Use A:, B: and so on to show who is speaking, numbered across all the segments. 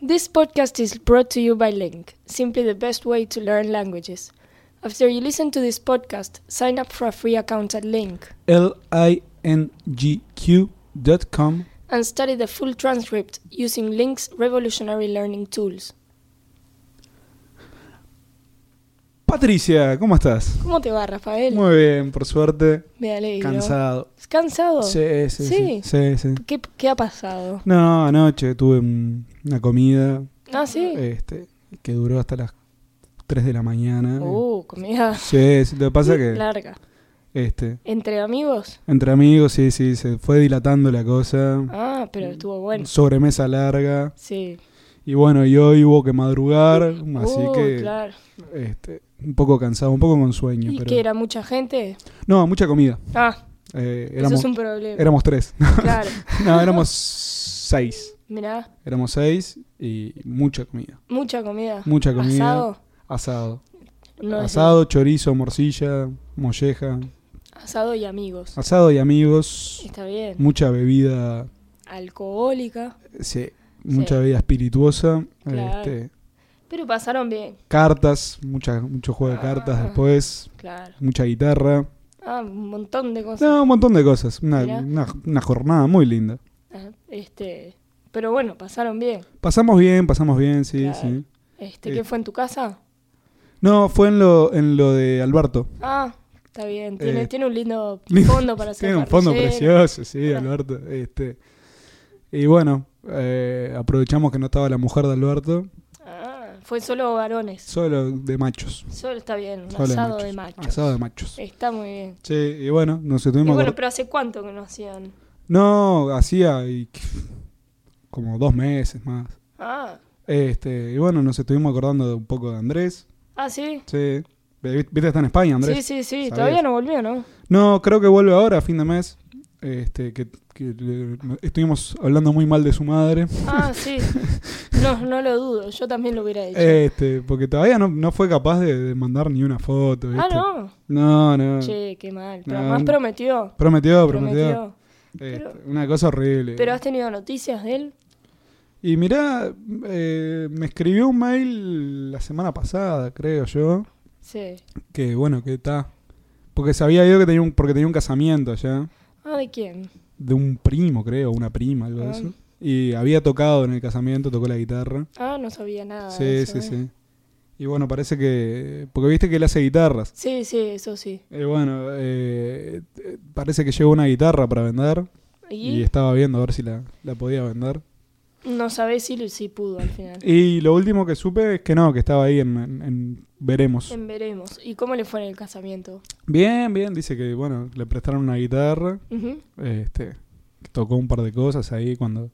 A: This podcast is brought to you by Link, simply the best way to learn languages. After you listen to this podcast, sign up for a free account at Link
B: L-I-N-G-Q dot com.
A: and study the full transcript using Link's revolutionary learning tools.
B: Patricia, ¿cómo estás?
A: ¿Cómo te va, Rafael?
B: Muy bien, por suerte.
A: Me alegro.
B: Cansado.
A: ¿Es cansado?
B: Sí, sí, sí.
A: Sí.
B: Sí, sí.
A: ¿Qué, qué ha pasado?
B: No, anoche tuve un- una comida
A: Ah, sí.
B: este, que duró hasta las 3 de la mañana.
A: Uh, comida
B: Sí, sí, lo que pasa que
A: larga.
B: este,
A: ¿Entre amigos?
B: entre amigos, sí, sí, se fue dilatando la cosa.
A: Ah,
B: Mm,
A: pero estuvo bueno.
B: Sobremesa larga.
A: Sí.
B: Y bueno, y hoy hubo que madrugar, así
A: Uh,
B: que
A: claro.
B: este, un poco cansado, un poco con sueño.
A: ¿Y
B: pero...
A: que era mucha gente?
B: No, mucha comida.
A: Ah,
B: Eh,
A: eso
B: éramos,
A: es un problema.
B: éramos tres.
A: Claro.
B: no, éramos seis.
A: Mirá,
B: Éramos seis y mucha comida.
A: mucha comida.
B: Mucha comida.
A: ¿Asado?
B: Asado.
A: No, es-
B: Asado, chorizo, morcilla, molleja.
A: Asado y amigos.
B: Asado y amigos.
A: Está bien.
B: Mucha bebida.
A: Alcohólica.
B: Sí. Mucha bebida espirituosa.
A: Claro.
B: este,
A: Pero pasaron bien.
B: cartas. Mucha, mucho juego de
A: Ah.
B: cartas después.
A: Claro.
B: Mucha guitarra.
A: Ah, un montón de cosas.
B: No, un montón de cosas. Una,
A: Mirá.
B: una- una jornada muy linda.
A: Ah, este, pero bueno, pasaron bien.
B: Pasamos bien, pasamos bien, sí,
A: Claro.
B: sí.
A: Este,
B: Eh.
A: ¿qué fue en tu casa?
B: No, fue en lo, en lo de Alberto.
A: Ah, está bien. Tiene,
B: Eh,
A: tiene un lindo
B: lindo-
A: fondo para hacer
B: Tiene un fondo
A: parrillero.
B: precioso, sí,
A: Hola.
B: Alberto. Este. Y bueno, eh, aprovechamos que no estaba la mujer de Alberto,
A: Ah, fue solo varones.
B: solo de machos.
A: Solo está bien, un
B: Solo
A: asado de machos.
B: Asado de machos.
A: Está muy bien.
B: Sí, y bueno, nos
A: Y
B: estuvimos.
A: bueno,
B: acor-
A: pero ¿hace cuánto que no hacían?
B: No, hacía y- como dos meses más.
A: Ah,
B: Este, y bueno, nos estuvimos acordando de un poco de Andrés.
A: ah sí.
B: Sí. Ve- Viste, está en España, Andrés.
A: Sí, sí, sí.
B: ¿sabías?
A: Todavía no volvió, ¿no?
B: No, creo que vuelve ahora a fin de mes. Este, que, que le- estuvimos hablando muy mal de su madre.
A: Ah, sí. No, no lo dudo. Yo también lo hubiera hecho.
B: Este, porque todavía no, no fue capaz de, de mandar ni una foto.
A: ah,
B: ¿viste?
A: no.
B: No, no.
A: Che, qué mal. Pero
B: No,
A: más
B: un-
A: prometió.
B: Prometió, prometió.
A: Prometió.
B: Este,
A: pero-
B: una cosa horrible.
A: ¿Pero has tenido noticias de él?
B: Y mirá, eh, me escribió un mail la semana pasada, creo yo.
A: Sí.
B: Que bueno, que está. Porque sabía yo que tenía un, porque tenía un casamiento allá.
A: Ah, ¿de quién?
B: De un primo, creo, una prima, algo de
A: Ah.
B: eso. Y había tocado en el casamiento, tocó la guitarra.
A: Ah, no sabía nada. de
B: Sí,
A: eso,
B: sí,
A: ¿eh?
B: sí. Y bueno, parece que. Porque viste que él hace guitarras.
A: Sí, sí, eso sí.
B: Y bueno, eh, eh, parece que llegó una guitarra para vender. Y
A: Y,
B: estaba viendo a ver si la, la podía vender.
A: no sabés si, si pudo al final.
B: Y lo último que supe es que no, que estaba ahí en, en- en Veremos.
A: En veremos. ¿Y cómo le fue en el casamiento?
B: Bien, bien. Dice que, bueno, le prestaron una guitarra.
A: Ujú.
B: Este, tocó un par de cosas ahí cuando.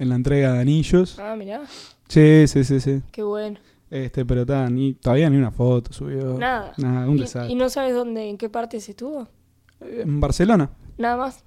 B: En la entrega de anillos.
A: Ah, mirá,
B: Sí, sí, sí, sí.
A: qué bueno.
B: Este, pero ta, ni, todavía ni una foto subió.
A: Nada.
B: Nada, un
A: ¿Y- ¿Y,
B: desastre.
A: no sabes dónde, en qué parte se estuvo?
B: En Barcelona.
A: Nada más.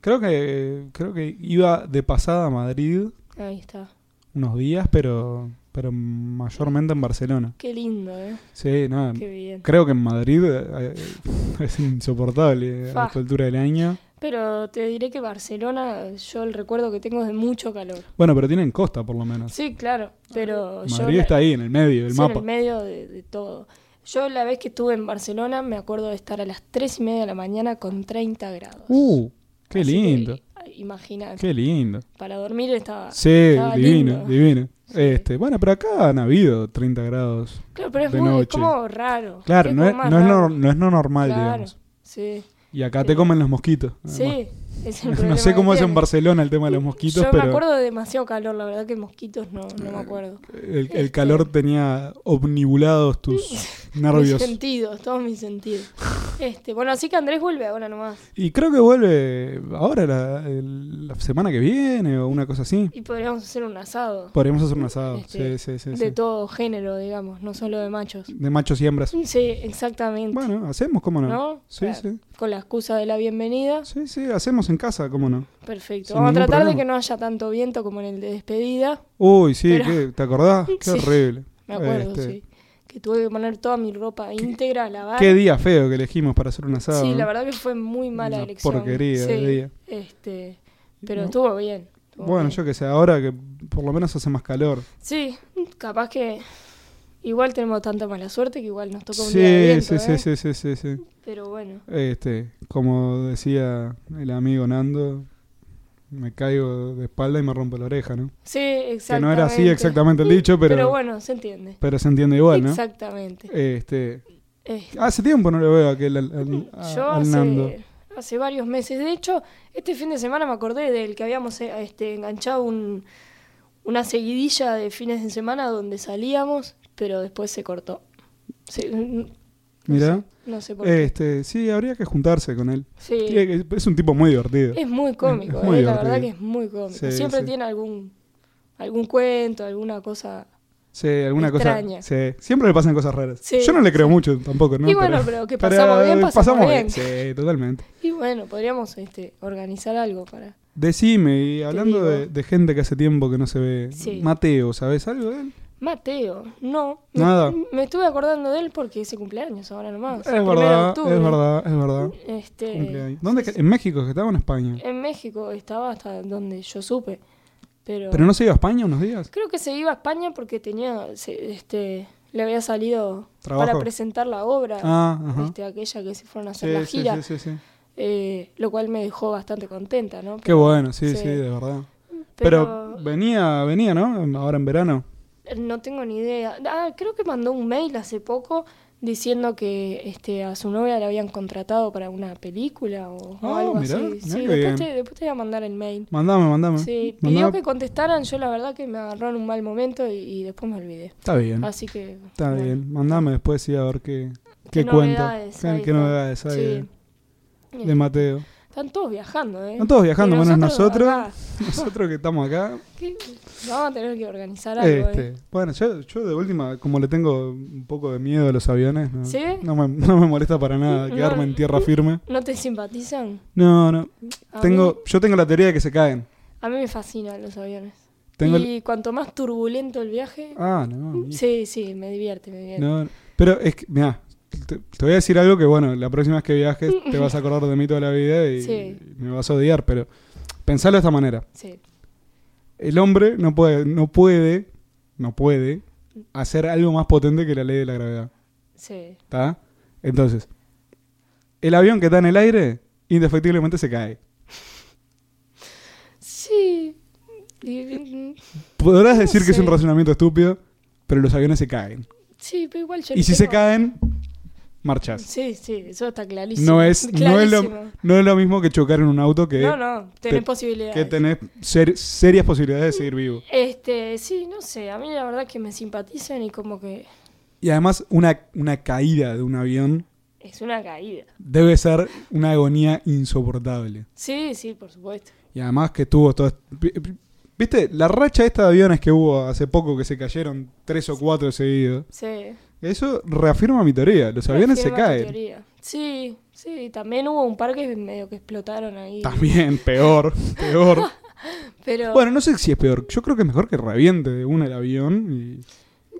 B: Creo que creo que iba de pasada a Madrid
A: Ahí está.
B: unos días, pero pero mayormente en Barcelona.
A: Qué lindo, ¿eh?
B: Sí, no,
A: Qué bien.
B: creo que en Madrid eh, es insoportable eh, a
A: Fa.
B: esta altura del año.
A: Pero te diré que Barcelona, yo el recuerdo que tengo es de mucho calor.
B: Bueno, pero tienen costa por lo menos.
A: Sí, claro, pero yo
B: Madrid
A: la-
B: está ahí en el medio del
A: sí, en
B: mapa.
A: el medio de, de todo. Yo la vez que estuve en Barcelona me acuerdo de estar a las 3 y media de la mañana con 30 grados.
B: Uh, qué
A: Así que,
B: lindo.
A: eh, Imagínate,
B: Qué lindo.
A: para dormir estaba...
B: Sí,
A: estaba
B: divino,
A: Ah, lindo.
B: divino.
A: Sí.
B: Este, bueno, pero acá han habido 30 grados.
A: Claro, pero es
B: de
A: muy
B: noche.
A: como raro.
B: Claro,
A: es
B: no
A: como
B: es,
A: más
B: no, es
A: raro.
B: no, no es no normal,
A: Claro,
B: digamos.
A: Sí,
B: Y acá te comen los mosquitos. además.
A: sí, es el
B: No
A: problema
B: sé
A: que
B: cómo es en
A: tiene.
B: Barcelona el tema de los mosquitos,
A: Yo
B: pero
A: me acuerdo de demasiado calor, la verdad que mosquitos no, no me acuerdo.
B: el, el calor tenía omnibulados tus nervios.
A: Mis sentidos, todos mis sentidos. Este, bueno, así que Andrés vuelve ahora nomás.
B: Y creo que vuelve ahora, la, el- la semana que viene o una cosa así.
A: Y podríamos hacer un asado
B: Podríamos hacer un asado.
A: Este,
B: Ah, sí, sí, sí. sí.
A: de todo género, digamos, no solo de machos.
B: De machos y hembras.
A: Sí, exactamente.
B: Bueno, hacemos, cómo no.
A: Mm. ¿No?
B: Sí,
A: Claro.
B: sí.
A: Con la excusa de la bienvenida.
B: Sí, sí, hacemos en casa, cómo no.
A: Perfecto.
B: Sin
A: Vamos a
B: ningún
A: tratar de
B: problema.
A: que no haya tanto viento como en el de despedida.
B: Uy, sí,
A: Pero-
B: ¿qué? ¿te acordás? Qué
A: Sí.
B: horrible.
A: Me acuerdo,
B: Este,
A: sí. Que tuve que poner toda mi ropa íntegra a lavar.
B: Qué día feo que elegimos para hacer un asado.
A: Sí,
B: ¿no?
A: la verdad que fue muy mala
B: Una
A: elección.
B: porquería de
A: Sí,
B: día.
A: Este, pero
B: No.
A: estuvo bien. Como
B: Bueno,
A: que-
B: yo que sé, ahora que por lo menos hace más calor.
A: Sí, capaz que igual tenemos tanta mala suerte que igual nos toca un
B: Sí,
A: día de viento,
B: sí, sí,
A: ¿eh?
B: sí, sí, sí, sí.
A: Pero bueno,
B: Este, como decía el amigo Nando, me caigo de espalda y me rompo la oreja, ¿no?
A: sí,
B: Que
A: exactamente.
B: no era así exactamente el dicho, pero, pero,
A: bueno, se entiende.
B: se entiende igual, ¿no?
A: Exactamente.
B: Este,
A: Eh,
B: hace tiempo no le veo a aquel al, al- a-
A: yo
B: Ah, al Nando.
A: hace, hace varios meses, de hecho, este fin de semana me acordé del que habíamos eh, este, enganchado un- una seguidilla de fines de semana donde salíamos, pero después se cortó. Se- n-
B: Mirá,
A: no sé por qué.
B: este, sí, habría que juntarse con él.
A: Sí.
B: Tiene que- Es un tipo muy divertido.
A: Es muy cómico,
B: es muy
A: eh, la verdad
B: divertido.
A: que es muy cómico.
B: Sí,
A: Siempre
B: sí.
A: tiene algún algún cuento, alguna cosa.
B: Sí, alguna
A: Extraña.
B: cosa. Sí, siempre le pasan cosas raras.
A: Sí,
B: Yo no le creo mucho tampoco, ¿no?
A: y bueno, pero, que pasamos bien, pasamos, bien.
B: Sí, totalmente.
A: Y bueno, podríamos este, organizar algo para.
B: Decime, y hablando
A: digo.
B: de, de gente que hace tiempo que no se ve,
A: Sí.
B: Mateo, ¿sabes algo de él?
A: Mateo, no. me-
B: Nada.
A: Me, estuve acordando de él porque es su cumpleaños ahora nomás.
B: es
A: primero de
B: verdad,
A: octubre.
B: es verdad, es verdad.
A: Este,
B: Cumpleaños. ¿Dónde? que- ¿En México que estaba o en España?
A: En México estaba hasta donde yo supe. Pero,
B: ¿Pero no se iba a España unos días?
A: creo que se iba a España porque tenía. se- este, le había salido
B: Trabajo.
A: para presentar la obra.
B: Ah, ajá.
A: este, aquella que se fueron a hacer
B: sí,
A: la
B: sí,
A: gira.
B: sí, sí, sí.
A: eh, lo cual me dejó bastante contenta, ¿no?
B: Qué bueno, sí, sí,
A: Sí.
B: de verdad. Pero,
A: Pero,
B: venía, venía, ¿no? Ahora en verano.
A: no tengo ni idea. Ah, creo que mandó un mail hace poco diciendo que este, a su novia la habían contratado para una película o, o
B: Ah,
A: algo
B: mirá,
A: así.
B: mirá
A: Sí,
B: qué bien. Ah,
A: después te, después te voy a mandar el mail.
B: Mandame, mandame.
A: Sí,
B: Mandame-
A: pidió que contestaran, yo la verdad que me agarró en un mal momento y, y después me olvidé.
B: Está bien,
A: Así que...
B: está
A: bueno.
B: bien. Mandame después, sí, a ver qué,
A: Qué
B: qué, cuenta.
A: novedades
B: Qué,
A: hay,
B: qué
A: ¿no?
B: novedades hay
A: Sí.
B: de- de Mateo.
A: Están todos viajando, ¿eh?
B: Están todos viajando,
A: Y
B: menos nosotros.
A: acá,
B: Nosotros que estamos acá.
A: ¿qué? Vamos a tener que organizar algo, ¿eh?
B: este, Bueno, yo, yo de última, como le tengo un poco de miedo a los aviones, no,
A: ¿Sí?
B: no, me, no me molesta para nada
A: No.
B: quedarme en tierra firme.
A: ¿No te simpatizan?
B: No, no.
A: A mí-
B: Tengo, yo tengo la teoría de que se caen.
A: a mí me fascinan los aviones.
B: Tengo el-
A: y cuanto más turbulento el viaje,
B: Ah, no. mira.
A: sí, sí, me divierte, me divierte.
B: No, no. Pero es que, mira, te, te voy a decir algo que, bueno, la próxima vez que viajes te vas a acordar de mí toda la vida y,
A: Sí.
B: y me vas a odiar, pero pensalo de esta manera.
A: Sí.
B: El hombre no puede, no puede, no puede hacer algo más potente que la ley de la gravedad.
A: Sí,
B: ¿Está? Entonces, el avión que está en el aire, indefectiblemente se cae.
A: sí. y-
B: Podrás decir que es
A: sé.
B: un razonamiento estúpido, pero los aviones se caen.
A: sí, pero igual yo
B: Y
A: no
B: si se
A: tengo-
B: caen, marchas.
A: Sí, sí, eso está clarísimo.
B: No es, no, es
A: Clarísimo.
B: lo, no es lo mismo que chocar en un auto que,
A: No, no, tenés
B: te-
A: posibilidades.
B: que tener ser- serias posibilidades de seguir vivo.
A: Este, sí, no sé, a mí la verdad que me simpatizan y como que
B: Y además, una, una caída de un avión
A: es una caída.
B: debe ser una agonía insoportable.
A: Sí, sí, por supuesto.
B: Y además que tuvo todo... ¿Viste? La racha esta de aviones que hubo hace poco que se cayeron tres o cuatro seguidos.
A: Sí.
B: Eso reafirma mi teoría. Los aviones se
A: Reafirma tu
B: caen.
A: teoría. Sí, sí, también hubo un par que medio que explotaron ahí.
B: También, peor, peor.
A: Pero
B: Bueno, no sé si es peor. Yo creo que es mejor que reviente de una el avión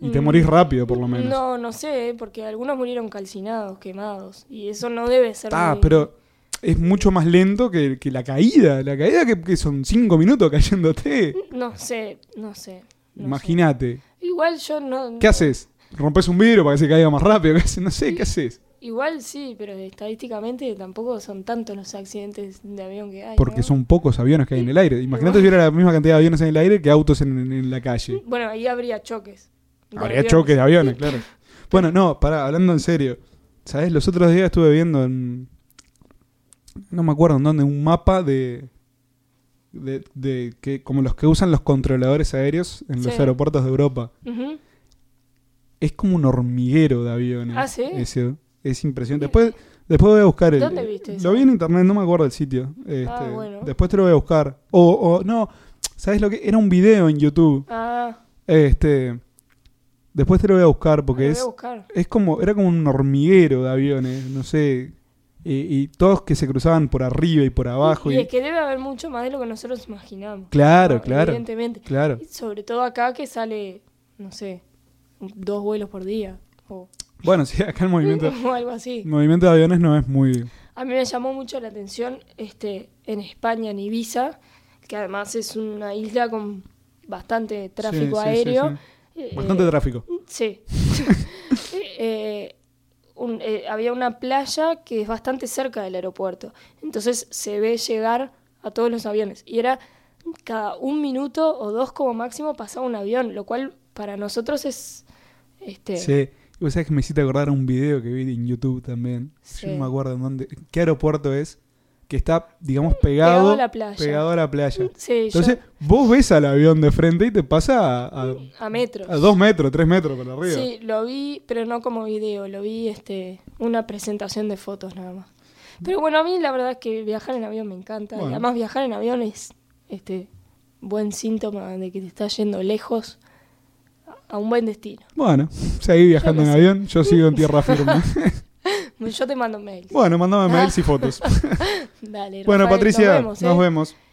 B: y, y te
A: Mm.
B: morís rápido, por lo menos.
A: No, no sé, porque algunos murieron calcinados, quemados, y eso no debe ser.
B: Ah,
A: muy-
B: pero es mucho más lento que, que la caída. La caída que, que son cinco minutos cayéndote.
A: No sé, no sé. no
B: Imagínate.
A: sé. Igual yo no.
B: ¿Qué haces? ¿Rompes un vidrio para que se caiga más rápido? ¿Qué haces? No sé, ¿qué haces?
A: Igual sí, pero estadísticamente tampoco son tantos los accidentes de avión que hay.
B: Porque
A: ¿no?
B: son pocos aviones que hay en el aire. Imagínate si hubiera la misma cantidad de aviones en el aire que autos en, en- en la calle.
A: Bueno, ahí habría choques. de
B: Habría
A: aviones.
B: choques de aviones, claro. Bueno, no, pará, hablando en serio. ¿Sabes? Los otros días estuve viendo en. No me acuerdo en dónde, un mapa de. de, de que, como los que usan los controladores aéreos en los
A: Sí.
B: aeropuertos de Europa.
A: Ujú.
B: Es como un hormiguero de aviones.
A: Ah, ¿sí?
B: Eso. Es impresionante. Después, después voy a buscar el.
A: ¿Dónde viste eso?
B: Lo vi en internet, no me acuerdo el sitio. Este,
A: Ah, bueno.
B: Después te lo voy a buscar. O, o no, ¿sabes lo que? Era un video en YouTube.
A: Ah,
B: Este. Después te lo voy a buscar porque
A: lo voy
B: es
A: a buscar.
B: es como, era como un hormiguero de aviones, no sé. Y, y todos que se cruzaban por arriba y por abajo.
A: Y,
B: Y,
A: y es que debe haber mucho más de lo que nosotros imaginamos.
B: Claro,
A: ¿no?
B: claro.
A: Evidentemente.
B: Claro.
A: Y sobre todo acá que sale, no sé, dos vuelos por día o,
B: Bueno, sí, acá el movimiento,
A: o algo así.
B: el movimiento de aviones no es muy.
A: A mí me llamó mucho la atención este, en España, en Ibiza, que además es una isla con bastante tráfico
B: sí, sí,
A: aéreo. eh,
B: Bastante tráfico.
A: Sí. Eh, un- eh, había una playa que es bastante cerca del aeropuerto. Entonces se ve llegar a todos los aviones. Y era cada un minuto o dos como máximo pasaba un avión, lo cual para nosotros es... Este,
B: Sí. Y vos sabés que me hiciste acordar un video que vi en YouTube también.
A: Sí.
B: Yo no me acuerdo en dónde. ¿Qué aeropuerto es? Que está, digamos,
A: Pegado
B: pegado,
A: a la playa.
B: pegado a la playa.
A: Sí, yo-
B: Entonces, vos ves al avión de frente y te pasa a, a-
A: a metros.
B: a dos metros, tres metros para arriba.
A: Sí, lo vi, pero no como video, lo vi este una presentación de fotos nada más. Pero bueno, a mí la verdad es que viajar en avión me encanta.
B: Bueno.
A: Y además viajar en avión es este buen síntoma de que te estás yendo lejos a- a un buen destino.
B: Bueno, seguí viajando
A: Yo
B: en
A: no sé.
B: avión, yo sigo en tierra firme.
A: Yo te mando un mail. Ah,
B: bueno, mandame mails y fotos.
A: Dale,
B: bueno,
A: Rafael,
B: Patricia,
A: nos vemos. ¿eh?
B: vemos.